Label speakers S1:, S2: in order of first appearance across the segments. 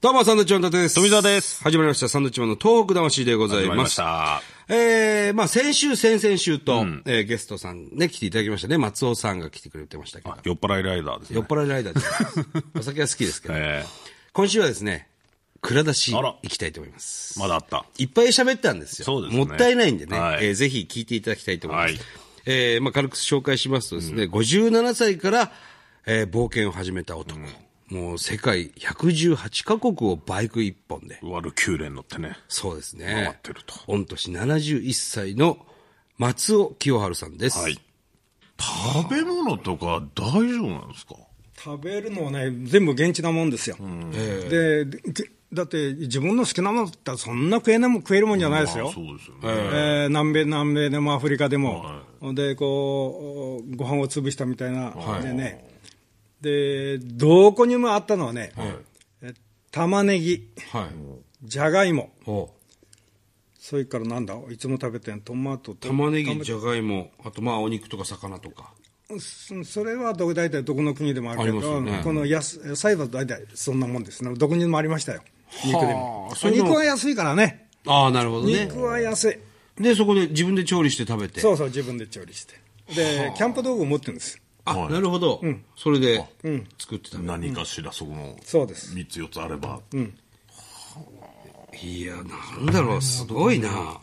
S1: どうも、サンドウィッチマン伊達です。
S2: 富澤です。
S1: 始まりました、サンドウィッチマンの東北魂でござい
S2: ま
S1: ま。
S2: ますした。
S1: えー、まあ先週、先々週と、えーゲストさんね、来ていただきましたね。松尾さんが来てくれてましたけど。
S2: 酔っ払いライダーですね。
S1: 酔っ払いライダーです。お酒は好きですけど。
S2: え
S1: 今週はですね、蔵出し
S2: あら
S1: 行きたいと思います
S2: ー。まだあった。
S1: いっぱい喋ったんですよ。
S2: そうですね
S1: もったいないんでね、
S2: はい
S1: えーぜひ聞いていただきたいと思います。
S2: はい
S1: えーまあ、軽く紹介しますとですね、57歳から、えー冒険を始めた男。もう世界118カ国をバイク一本で。
S2: ワルキューレン乗ってね。
S1: そうです
S2: 回っ
S1: ね。
S2: てると。
S1: 御年71歳の松尾清春さんです。
S2: はい。食べ物とか大丈夫なんですか
S3: 食べるのはね、全部現地なもんですよ。で、でだって自分の好きなものだったらそんな食えないもん食えるもんじゃないですよ。
S2: あそうですよ
S3: え
S2: ね。
S3: ー南米、南米でもアフリカでも、で、こう、ご飯を潰したみたいな、でね、で、どこにもあったのはね、え玉ねぎ、
S1: はい。
S3: じゃがいも、
S1: お
S3: それからなんだ、いつも食べてんトマトと、
S1: 玉ねぎ、じゃがいも、あとまあお肉とか魚とか。
S3: そそれはど大体どこの国でもあるけ
S1: あります
S3: ど、
S1: よね
S3: この安野菜は大体そんなもんですね、どこにでもありましたよ、肉
S1: は
S3: でも
S1: あ。それでも
S3: 肉は安いからね、
S1: ああ、なるほどね。
S3: 肉は安い、
S1: で、そこで自分で調理して食べて。
S3: そうそう、自分で調理して、で、キャンプ道具を持ってるんです、
S1: あ、
S2: はい
S1: なるほど。それで、作ってたの、
S2: 何かしらそこの
S3: そうです、
S2: 3つ4つあれば。
S1: いや、なんだろう、すごいな。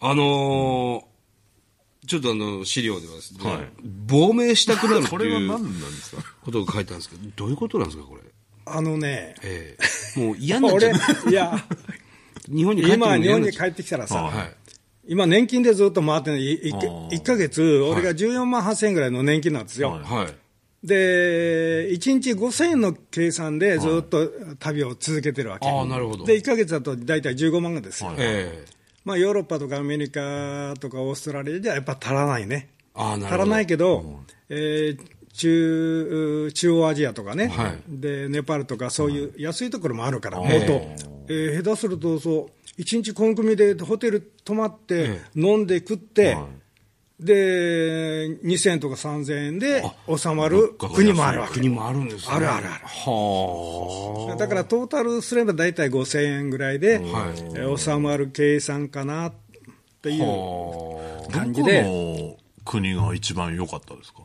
S1: あのーちょっとあの、資料ではですね、
S2: はい
S1: 亡命したくなるって
S2: これは
S1: いう
S2: 何なんですか
S1: ことが書いてあるんですけど、どういうことなんですか、これ。
S3: あのね、
S1: ええもう嫌になっちゃ
S3: 俺
S1: う。、
S3: いや、
S1: 日本に帰っても
S3: 今、日
S1: 嫌に
S3: 本
S1: なっ
S3: に
S1: ち
S3: 帰
S1: ゃう。
S3: ってきたらさ、
S1: はい。
S3: 今、年金でずっと回ってる
S2: あー
S3: 1か月、俺が14万8000円ぐらいの年金なんですよ。
S2: はい
S1: はい。
S3: で、1日5000円の計算でずっと旅を続けてるわけ。
S1: ああ、なるほど。
S3: で、1ヶ月だと大体15万円ですよ。
S1: ええ
S3: まあ、ヨーロッパとかアメリカとかオーストラリアじゃやっぱ足らないね。
S1: ああ、なるほど。
S3: 足らないけど、えー中、中央アジアとかね、
S1: はい
S3: で、ネパールとかそういう安いところもあるから、
S1: い
S3: 元えー下手すると、そう、1日コン組でホテル泊まって、飲んで食って、で、2000円とか3000円で収まる国もあるわけ。
S1: 国もあるんですね。
S3: あるあるある
S1: は
S3: だからトータルすれば大体5000円ぐらいで、
S1: はい
S3: えー収まる計算かなってい
S1: あ。
S3: う
S1: はあ。
S3: 感じ
S2: ど
S3: で
S2: この国が一番良かったですか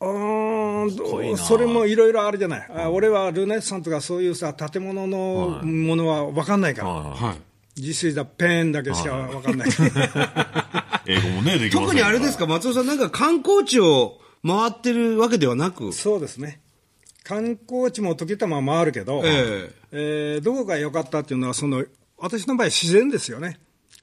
S3: うーん
S2: ごいな
S3: それもいろいろあるじゃない、あ俺はルネッサンとかそういうさ建物のものは分かんないから、
S2: は
S1: はい。
S3: This is the pen だけしか分かんない、
S2: い。英語もね、できません
S1: 特にあれですか、松尾さん、なんか観光地を回ってるわけではなく、
S3: そうですね、観光地も時たま回るけど、
S1: ええ
S3: えーどこが良かったっていうのはその、私の場合、自然ですよね。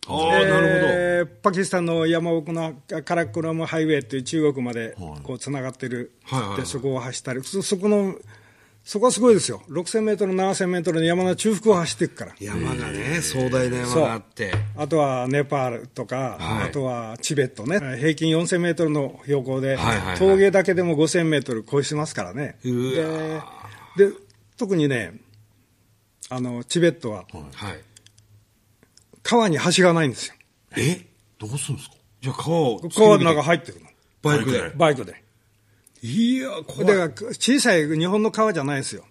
S1: ああ、なる
S3: えーパキスタンの山奥のカラクラムハイウェイっていう中国までこうつながってる、
S1: はいはいはい
S3: でそこを走ったりそ、そこの、そこはすごいですよ、6000メートル、7000メートルの山の中腹を走っていくから、
S1: ほど。山がね、壮大な山があって、
S3: あとはネパールとか、
S1: はい
S3: あとはチベットね、平均4000メートルの標高
S1: は
S3: で、
S1: いはいはい
S3: 峠だけでも5000メートル越しますからね、
S1: う
S3: で
S1: わ
S3: で特にねあの、チベットは
S1: はい。
S3: 川に橋がないんですよ、
S1: え
S2: どうするんですか
S1: じゃあ川を突き
S3: 川
S1: 抜
S3: の
S1: け
S3: 中
S1: て、
S3: 入ってるの、
S1: バイク
S2: バイ
S1: で
S2: ク。
S3: バイクで。
S1: いや、怖い。
S3: だから小さい日本の川じゃないですよ。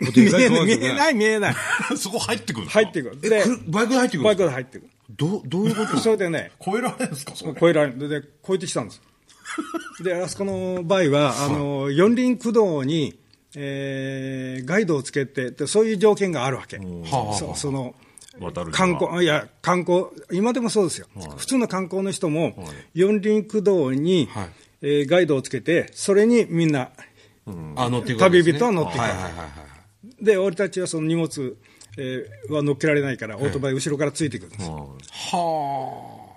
S1: でかい川
S3: 見
S1: ですよね
S3: えない、見えない。
S2: そこ入ってくるんですか
S3: 入ってくる。
S1: え
S3: で
S1: く、るバイクで入ってくるん
S3: バ
S1: です
S3: イク
S1: か
S3: で入ってく
S1: どう、どういうこと
S3: る。それでね、
S2: 超えられないですかそれ。
S3: 越えられる。で、越えてきたんです。で、あそこの場合は、あの、四輪駆動に、えーガイドをつけてで、そういう条件があるわけ。そその、
S2: 渡るには
S3: 観光、いや、観光、今でもそうですよ。普通の観光の人も、四輪駆動に、
S1: はい
S3: えーガイドをつけて、それにみんな
S1: あ、乗っていくわけですね
S3: 旅人は乗っていく
S1: はいはいはいはい。
S3: で、俺たちはその荷物、えーは乗っけられないから、オートバイ後ろからついてくるんです。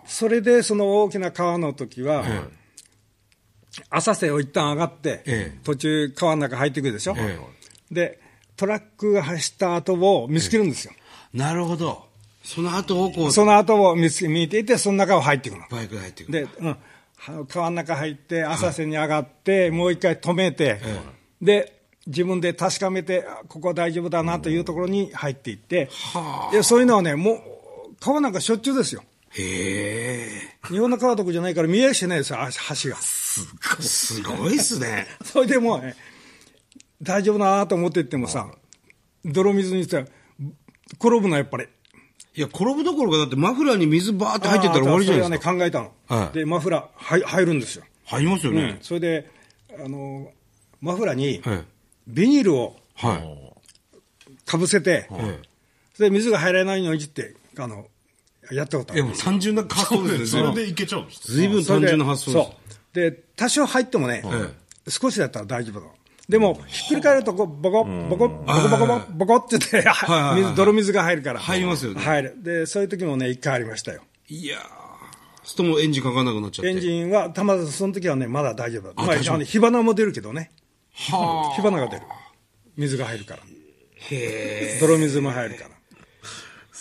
S3: それで、その大きな川の時は、浅瀬を一旦上がって、
S1: ええ
S3: 途中川の中入っていくでしょ、
S1: え
S3: で、トラックが走った後を見つけるんですよ。
S1: なるほど。その後をこう、
S3: その後を見つけ、見ていて、その中を入っていくの。
S1: バイクで入ってくる。
S3: で、うん、は川の中入って、浅瀬に上がって、もう一回止めて、で、自分で確かめて、あここ大丈夫だなというところに入っていって、いやそういうのはね、もう、川なんかしょっちゅうですよ。
S1: へえ、
S3: 日本の川とかじゃないから見えやしないですよ、あ橋が。
S1: すごいっすね。
S3: それでもうね、大丈夫だなと思っていってもさ、泥水にしたら、転ぶのやっぱり。
S1: いや、転ぶどころか、だってマフラーに水バーって入ってったら終わりじゃないですか。
S3: あーそれはね、考えたの。
S1: はい
S3: で、マフラーはい、入るんですよ。
S1: 入りますよね。
S3: それで、あの、マフラーに
S1: はい、
S3: ビニールを
S1: はい。
S3: かぶせて、それで水が入らないようにいじって、あの、やったことあ
S1: え、
S3: る。
S1: もう単純な発想です
S2: そ
S1: ね。随
S2: れ
S1: 分
S2: でいけちゃうんです
S1: ずいぶん単純な発想です。
S3: それでそうで多少入ってもね、少しだったら大丈夫だでもひっくり返るとこうボコボコボコボコボコボコって言って
S1: いはいはい
S3: 水泥水が入るから
S1: 入りますよね
S3: 入るでそういう時もね一回ありましたよ
S1: いやー、すともエンジンかかんなくなっちゃって。
S3: エンジンはたまたまその時はねまだ大丈夫だったまあ
S1: 大丈夫
S3: あの火花も出るけどね
S1: は
S3: 火花が出る水が入るから
S1: あ。へえ。
S3: 泥水も入るから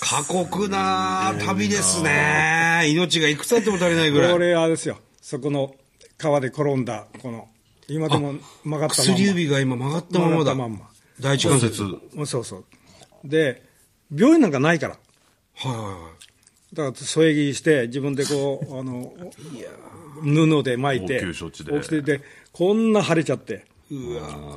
S1: 過酷な旅ですね。命がいくつあっても足りないぐら
S3: こ
S1: い。
S3: れはですよそこの川で転んだこの今でも曲がったまんま
S1: 薬指が今曲がったままだ。
S3: 曲がったまんま
S1: 第一関節。はい
S3: うんそうそうで病院なんかないから
S1: はいは
S3: だから添え木して、自分でこ う、あの、布で巻いて、
S2: 応急処置で
S3: 応急でこんな腫れちゃって、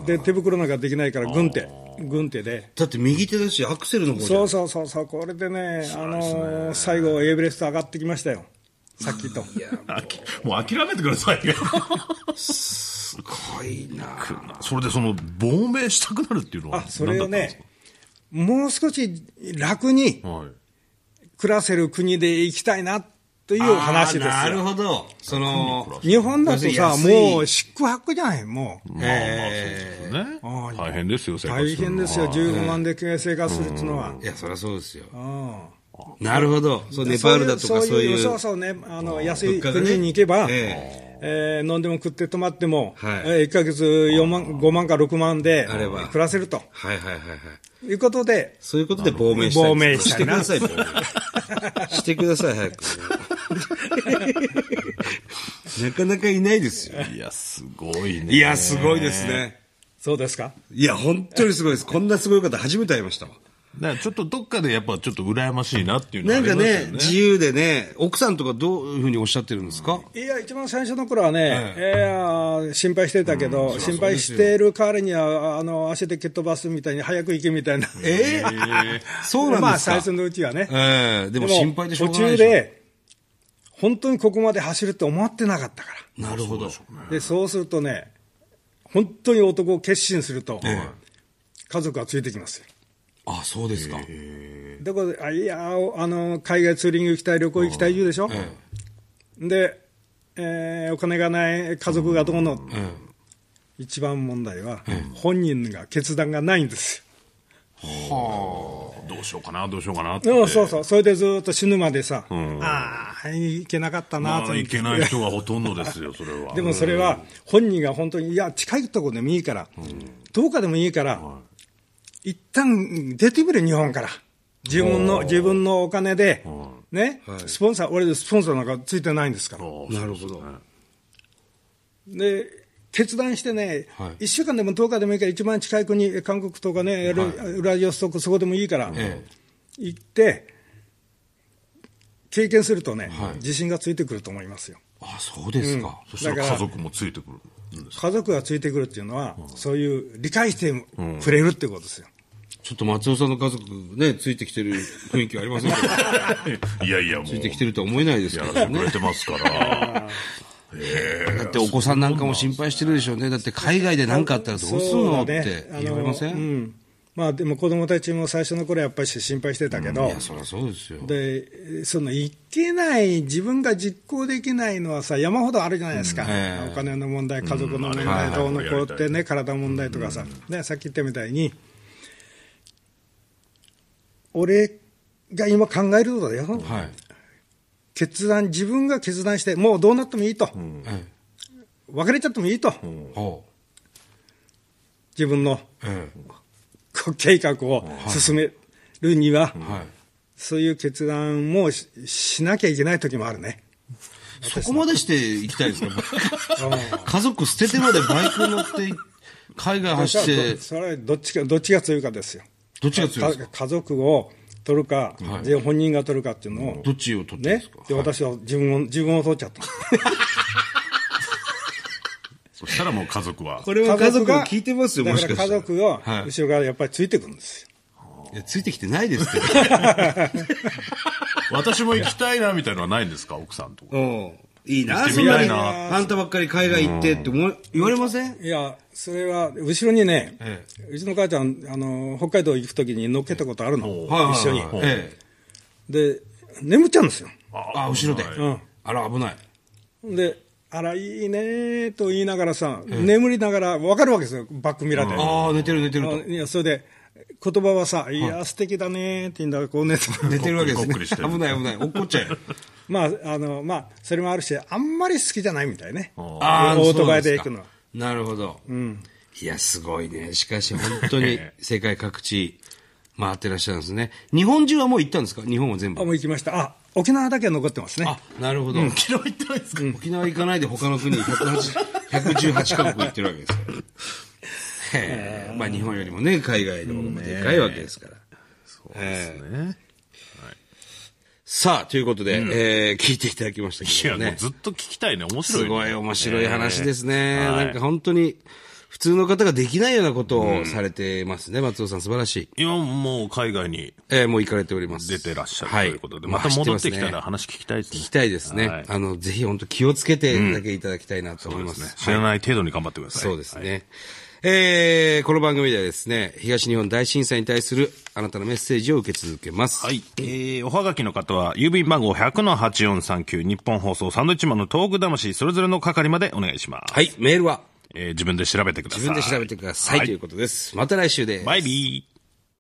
S3: で、手袋なんかできないから、軍手、軍手で。
S1: い。だって右手だし、アクセルの方じゃ
S3: そ
S1: ん
S3: うそうそうそう、これでね、あの、最後、エーブレスト上がってきましたよ。さっきと。
S2: あきもう諦めてくださいよ
S1: すごいな。
S2: それでその亡命したくなるっていうのは
S3: あ、それを
S2: 何だったんで
S3: ね、もう少し楽に
S2: すかはい
S3: 暮らせる国で行きたいなという話です
S1: あーなる
S3: よ。
S1: ほど。その、
S3: 日本だとさ、
S1: 要するに安い
S3: もう、四苦八苦じゃない、もう。
S1: え
S2: ね
S3: あー
S2: 大変ですよ生活
S3: 大変ですよ、
S2: はい
S3: 15万で生活するっていうのは。
S1: ーいや、そりゃそうですよ。
S3: うん
S1: なるほど。そう、ネパールだとかそういう。
S3: そうそうね、あの安い
S1: 物価がね
S3: 国に行けば、
S1: え
S3: えー飲んでも食って泊まっても、
S1: はい
S3: えー1か月4万5万か6万で
S1: あれば
S3: 暮らせると
S1: はいはいはいはい。
S3: いうことで、
S1: そういうことで亡命したい。
S3: 亡命した
S1: て
S3: い
S1: く
S3: な
S1: ださい、亡命してください、早く。なかなかいないですよ。
S2: いやすごいね
S1: いや、すごいですね。
S3: そうですか、
S1: いや、本当にすごいです。こんなすごい方初めて会いましたわ。
S2: ねちょっとどっかでやっぱちょっと羨ましいなっていうのは
S1: な
S2: あ
S1: ん
S2: りま
S1: か
S2: すよ
S1: ね、自由でね、奥さんとかどういうふうにおっしゃってるんですか
S3: いや、一番最初の頃はね、えー心配してたけど、心配してる代わりにはあの、足で蹴っ飛ばすみたいに、早く行けみたいな、
S1: ええそうなん
S3: まあ
S1: です
S3: 最
S1: か
S3: 初のうちはね、
S1: ええでも心配でしょう
S3: 途
S1: がない
S3: 中
S1: しょ
S3: で、本当にここまで走るって思ってなかったから。
S1: なるほど。
S3: でそうするとね、本当に男を決心すると、家族がついてきますよ。
S1: あ、そうですか。
S3: どこで、あいやーあの、海外ツーリング行きたい、旅行行きたい言うでしょ、で、えーお金がない、家族がどうの、一番問題は、本人が決断がないんです
S2: どうしようかなどうしようかなって
S3: よ、そうそう、それでずーっと死ぬまでさ、ああ、行けなかった
S2: ま
S3: なと
S2: あ
S3: 思っ
S2: い
S3: て
S2: けない人がほとんどですよそれは
S3: でもそれは本人が本当に、いや、近いとこでもいいから、どうかでもいいから、一旦出てみる、日本から。自分の、自分のお金で、ね、スポンサー、俺、スポンサーなんかついてないんですから。
S1: なるほど。
S3: で、決断してね、
S1: はい
S3: 1週間でも10日でもいいから、一番近い国、韓国とかね、ウラウラジオストク、そこでもいいから、
S1: え
S3: 行って、経験するとね、自信がついてくると思いますよ。
S1: あ、そうですか。
S2: そしたら家族もついてくる
S3: 家族がついてくるっていうのは、そういう理解してくれるってことですよ。
S1: ちょっと松尾さんの家族ね、ついてきてる雰囲気ありませ んけど、
S2: いやいやもう
S1: ついてきてるとは思えないですけ
S2: やら
S1: ど
S2: せて
S1: ね
S2: く。れてま すから
S1: だってお子さんなんかも心配してるでしょうね。だって海外で何かあったらどうすんの
S3: そ
S1: っ
S3: うだね
S1: て言われませ
S3: あのうんんまあ、でも子供たちも最初の頃はやっぱり心配してたけど、
S1: いや、そりゃそうですよ。
S3: でそのいけない、自分が実行できないのはさ、山ほどあるじゃないですか、
S1: ええ
S3: お金の問題、家族の問
S2: はい
S3: 題、
S2: はい
S3: どうのこう
S2: や
S3: って
S2: りた
S3: ね、体の問題とかさ、ね、さっき言ったみたいに、俺が今考えることだよ、
S1: はい。
S3: 決断、自分が決断して、もうどうなってもいいと、
S1: え
S3: 別れちゃってもいいと、
S1: えほ
S3: 自分の
S1: う。え
S3: こう計画を進めるには、
S1: えはい。
S3: そういう決断もししなきゃいけない時もあるね。
S1: そこまでして行きたいです か 家族捨ててまでバイク乗って、海外走って、
S3: それはどっちか、どっちが強いかですよ。
S1: どっちが強いですか
S3: か家族を取るか、で本人が取るかっていうのを、
S1: どっちを取ってんで
S3: ね
S1: すか、
S3: で私は自分を、自分を取っちゃった。
S2: そしたらもう家族は。
S1: これは家族が聞いてますよ、
S3: だ
S1: も
S3: か
S1: し
S3: ら
S1: か
S3: 家
S1: したら。
S3: 族を
S1: はい
S3: 後ろからやっぱりついてくるんですよ。
S1: いやついてきてないですって。
S2: 私も行きたいなみたいのはないんですか奥さんとか。
S1: うん。いいな、
S2: 行って
S1: そん
S2: み
S1: な
S2: たい
S1: に。
S2: な
S1: あんたばっかり海外行ってって思い言われません
S3: いや、それは、後ろにね、うちの母ちゃん、あの、北海道行くときに乗っけたことあるの、
S1: はい
S3: 一緒に。
S1: はいええ
S3: で、眠っちゃうんですよ。
S1: あ、後ろで。
S3: ん
S1: あら、危ない。
S3: で、あら、いいねーと言いながらさ、眠りながら、わかるわけですよ、バックミラーで。
S1: ああ、寝てる寝てる
S3: あ
S1: と。
S3: いや、それで、言葉はさ、いや、素敵だねーって言うんだから、こうね、
S1: 寝てるわけです
S2: こっ
S1: ね。
S2: くりして
S1: 危
S2: る
S1: ない危ない。落っこっちゃうよ。
S3: まあ、あの、まあ、それもあるし、あんまり好きじゃないみたいね。
S1: あー
S3: オートバイ
S1: そうなんす
S3: で行
S1: か
S3: くのは。
S1: なるほど。いや、すごいね。しかし、本当に世界各地回ってらっしゃるんですね。日本中はもう行ったんですか日本は全部
S3: あ、。もう行きました。あ、沖縄だけは残ってますね。
S1: あ、なるほど。
S2: 昨日行ってないですか
S1: 沖縄行かないで他の国108 118カ国行ってるわけですから。へえまあ日本よりもね、海外の方がでかいわけですから。
S2: そうですね。
S1: さあ、ということで、えー聞いていただきました
S2: い
S1: け
S2: や、
S1: ど
S2: もう
S1: ね。
S2: ずっと聞きたいね。面白い
S1: す
S2: ね。
S1: ごい面白い話ですね。
S2: えーはい
S1: なんか本当に、普通の方ができないようなことをされてますね、松尾さん素晴らしい。
S2: 今もう海外に
S1: えーもう行かれております。
S2: 出てらっしゃると
S1: はい
S2: いうことで、また戻ってきたら
S1: まあ
S2: 話聞きたいです
S1: 知て
S2: ね。
S1: ますね聞きたいですね。
S2: はい
S1: あの、ぜひ本当気をつけてだけいただきたいなと思いま
S2: そうです
S1: す。
S2: ね知らない程度に頑張ってください。
S1: そうですね。えーこの番組ではですね、東日本大震災に対するあなたのメッセージを受け続けます。
S2: はい。えー、おはがきの方は、郵便番号100-8439、日本放送サンドイッチマンのトーク魂、それぞれの係までお願いします。
S1: はい、メールは
S2: えー、自分で調べてください。
S1: 自分で調べてください、
S2: はい
S1: ということです。また来週です。
S2: バイビー。